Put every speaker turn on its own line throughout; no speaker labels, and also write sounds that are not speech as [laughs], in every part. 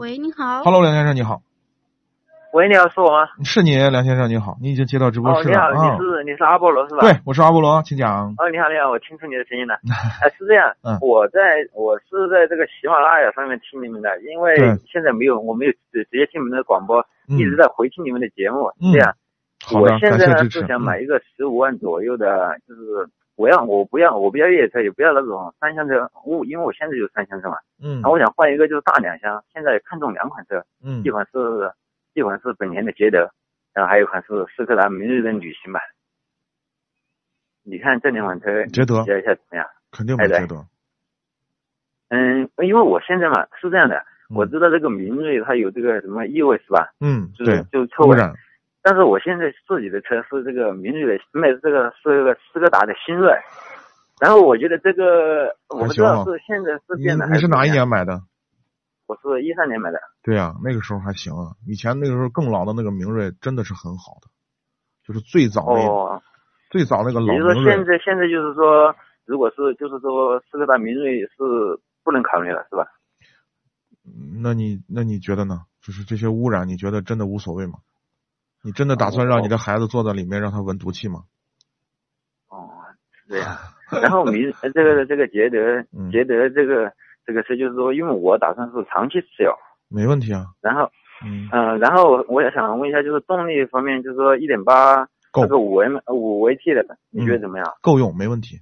喂，你好。
Hello，梁先生，你好，
喂，你好，是我吗？
是你，梁先生，你好，你已经接到直播
哦，
室
你
了
好，
啊
你？是你是阿波罗是吧？。
对，我是阿波罗，请讲。
哦，你好，你好，我听出你的声
[laughs]
音了。哎，是这样，
嗯
我在我是在这个喜马拉雅上面听你们的，因为
对
现在没有我没有直直接听你们的广播，
嗯
一直在回听你们的节目。
嗯
这样，
好
我
的，
现
感
在
谢支
呢
持
是。
嗯
想买一个十五万左右的，就是我要我不要我不要越野车，也不要那种三厢车，我因为我现在就是三厢车嘛，
嗯
然后我想换一个就是大两厢，现在看中两款车，
嗯
一款是一款是本田的捷德，然后还有一款是斯柯达明日的旅行版。你看这两款车，
捷德
你比较一下怎么样？
肯定没
哎对
捷德。
嗯，因为我现在嘛是这样的，
嗯
我知道这个明锐它有这个什么异味是吧？
嗯，
就
对，
是就是臭
污
味。
染。
但是我现在自己的车是这个明锐的，卖这个是这个斯柯达的新锐。然后我觉得这个我不知
还
道
行
是现在是
你
变的还
啊你是哪一
怎么样？
年买的？
我是一三年买的。
对呀、那个时候还行啊。以前那个时候更老的那个明锐真的是很好的，就是最早那、
哦，
最早那个老
也就是
明
说，
锐
现，在现在就是说，如果是就是说斯柯达明锐是不能考虑了，是吧？
嗯那你那你觉得呢？就是这些污染，你觉得真的无所谓吗？你
啊
真的打算让你的孩子坐在里面让他闻毒气吗？
哦，是这样。 [laughs] 然后明呃这个这个捷德
啊嗯
捷德这个这个车就是说，因为我打算是长期持有，
没问题啊，
然后
嗯，
嗯、呃然后我也想问一下，就是动力方面，就是说一点八
够
这个五 M 呃五 AT 的，你觉得
嗯
怎么样？
够用，没问题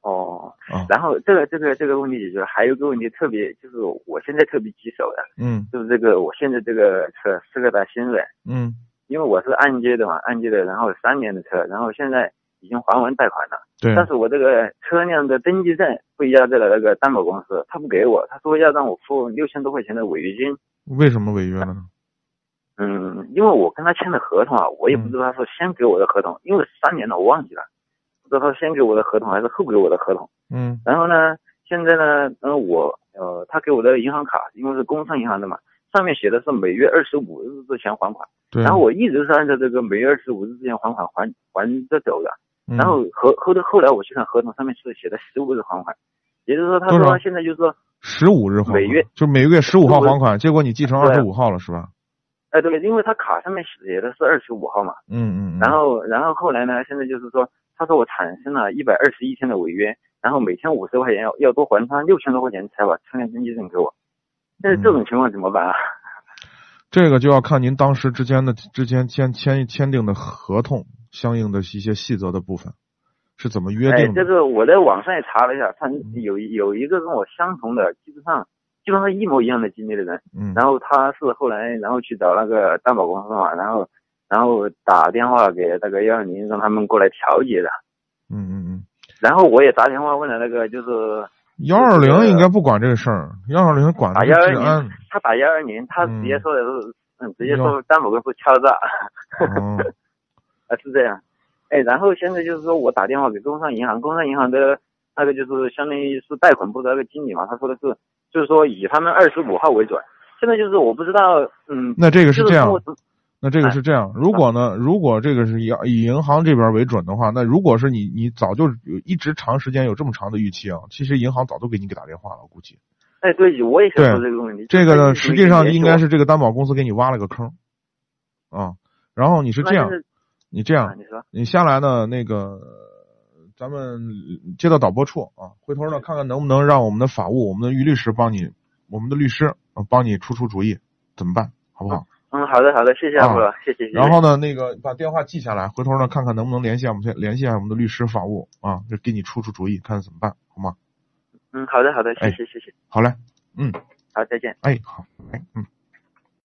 哦，
啊，
然后这个这个这个问题解决了，还有一个问题特别就是我现在特别棘手的，
嗯
就是这个我现在这个车斯柯达新锐。
嗯，
因为我是按揭的嘛，按揭的，然后三年的车，然后现在已经还完贷款了，
对，
但是我这个车辆的登记证被压在了那个担保公司，他不给我，他说要让我付六千多块钱的违约金。
为什么违约了呢？
嗯，因为我跟他签的合同啊，我也不知道他是先给我的合同，因为三年了，我忘记了，不知道他是先给我的合同还是后给我的合同。
嗯
然后呢，现在呢，呃，我呃，他给我的银行卡，因为是工商银行的嘛，上面写的是每月二十五日之前还款。，
对。
然后我一直是按照这个每月二十五日之前还款还还着走的，
嗯，
然后合后头后来我去看合同上面是写的十五日还款，也就是说他
多少
说现在就是说，
十五日还款
每月
就每个月十五号
15
还款，结果你继承二
对啊
十五号了是吧？
哎对，因为他卡上面写的是二十五号嘛，
嗯嗯嗯。
然后然后后来呢，现在就是说他说我产生了一百二十一天的违约，然后每天五十块钱要要多还他六千多块钱才把车辆登记证给我，但是这种情况怎么办
嗯
啊？
这个就要看您当时之间的之间签签签订的合同相应的一些细则的部分是怎么约
哎，
定嗯的。
这个我在网上也查了一下，他有有一个跟我相同的，基本上基本上一模一样的经历的人。
嗯
然后他是后来，然后去找那个担保公司嘛，然后然后打电话给那个幺二零，让他们过来调解的。
嗯嗯嗯。
然后我也打电话问了那个，就是
幺二零应该不管这个事儿，幺二零管的是
啊120
治
[laughs]
安。
他打幺二零，他
嗯
直接说的是，嗯，直接
哟
说担保公司敲诈，
哦，
啊是这样。哎，然后现在就是说我打电话给工商银行，工商银行的那个就是相当于是贷款部的那个经理嘛，他说的是，就是说以他们二十五号为准。现在就是我不知道，嗯，
那这个
就是
这样
通，过
那
哎
这个是这样。如果呢，如果这个是以以银行这边为准的话，那如果是你你早就有一直长时间有这么长的预期啊，其实银行早都给你给打电话了，我估计。
哎，对，我也想
对
说这个问题。哎
这个呢，实际上应该
是
是这个担保公司给你挖了个坑，啊，然后你是
那
这样
就，是
你这样
啊，，你说，
你下来呢，那个咱们接到导播处啊，回头呢看看能不能让我们的法务、我们的于律师帮你，我们的律师啊帮你出出主意，怎么办，好不好？
嗯，好的，好的，谢谢阿
啊
布了，谢谢。谢谢
然后呢，那个把电话记下来，回头呢看看能不能联系我们先联系下我们的律师法务啊，就给你出出主意，看怎么办，好吗？
嗯，好的，好的，谢
哎
谢，谢谢，
好嘞，嗯，
好，再见。
哎，好，哎，嗯。